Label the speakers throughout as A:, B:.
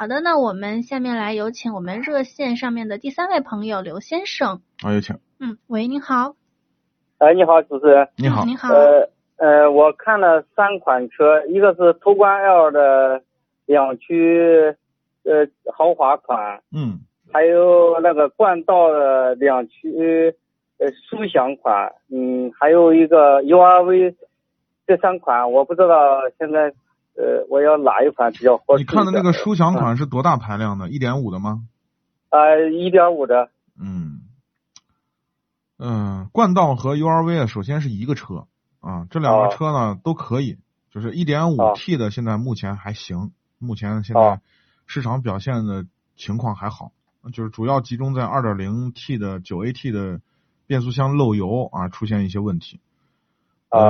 A: 好的，那我们下面来有请我们热线上面的第三位朋友刘先生。
B: 好，啊有请。
A: 嗯，喂，您好。
C: 哎，你好，主持人。
B: 你好
A: 嗯，您好。
C: 呃呃，我看了三款车，一个是途观 L 的两驱呃豪华款，
B: 嗯
C: 还有那个冠道的两驱呃舒享款，嗯，还有一个 URV，这三款我不知道现在呃我要哪一款比较合适
B: 你
C: 一点。
B: 看的嗯那个舒享款是多大排量的？一点五的吗？
C: 呃一点五的，
B: 嗯嗯，冠道和 URV 啊首先是一个车啊，这两个
C: 哦
B: 车呢都可以，就是一点五
C: 哦
B: T 的现在目前还行，目前现
C: 哦
B: 在市场表现的情况还好，嗯就是主要集中在二点零 T 的九 AT 的变速箱漏油啊出现一些问题。
C: 啊、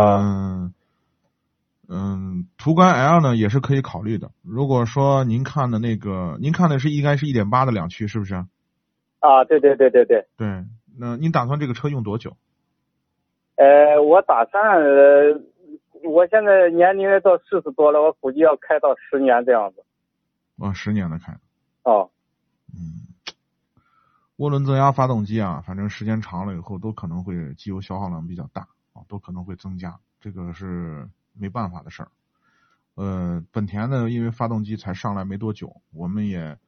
B: 嗯，嗯，途观 L 呢也是可以考虑的。如果说您看的那个，您看的是应该是一点八的两驱，是不是？
C: 啊，对对对对对。
B: 对，那您打算这个车用多久？
C: 呃，我打算，呃，我现在年龄也到四十多了，我估计要开到十年这样子。
B: 啊，十年的开，
C: 哦，
B: 嗯，涡轮增压发动机啊，反正时间长了以后都可能会机油消耗量比较大啊，都可能会增加，这个是没办法的事儿。呃，本田呢，因为发动机才上来没多久，我们也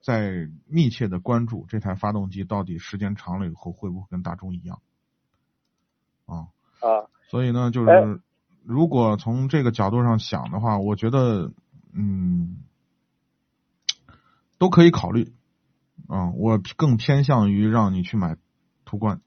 B: 在密切的关注这台发动机到底时间长了以后会不会跟大众一样啊。
C: 啊，
B: 所以呢，就
C: 哎
B: 是如果从这个角度上想的话，我觉得，嗯，都可以考虑。啊，我更偏向于让你去买途观。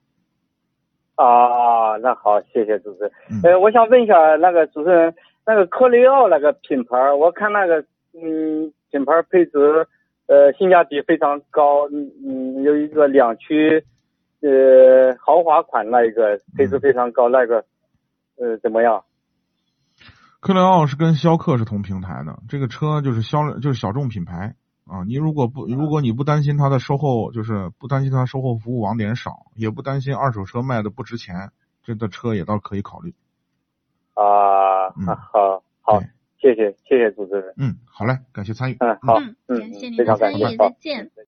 C: 啊，那好，谢谢主持人。
B: 嗯
C: 呃，我想问一下那个主持人，那个科雷傲那个品牌儿，我看那个嗯品牌儿配置，呃，性价比非常高，嗯嗯，有一个两驱，呃，豪华款那一
B: 嗯
C: 个配置非常高，那个，呃，怎么样？
B: 克雷奥是跟逍客是同平台的，这个车就是销量就是小众品牌啊。你如果不如果你不担心它的售后，就是不担心它售后服务网点少，也不担心二手车卖的不值钱，这个车也倒可以考虑。
C: 啊，
B: 嗯
C: 好好
B: 对，
C: 谢谢谢谢主持人。
B: 嗯，好嘞，感谢参与。
C: 嗯，好，
A: 嗯，
C: 嗯
A: 感谢您
C: 非
A: 的
C: 常
A: 参
C: 感谢
A: 与，
C: 好
A: 再见。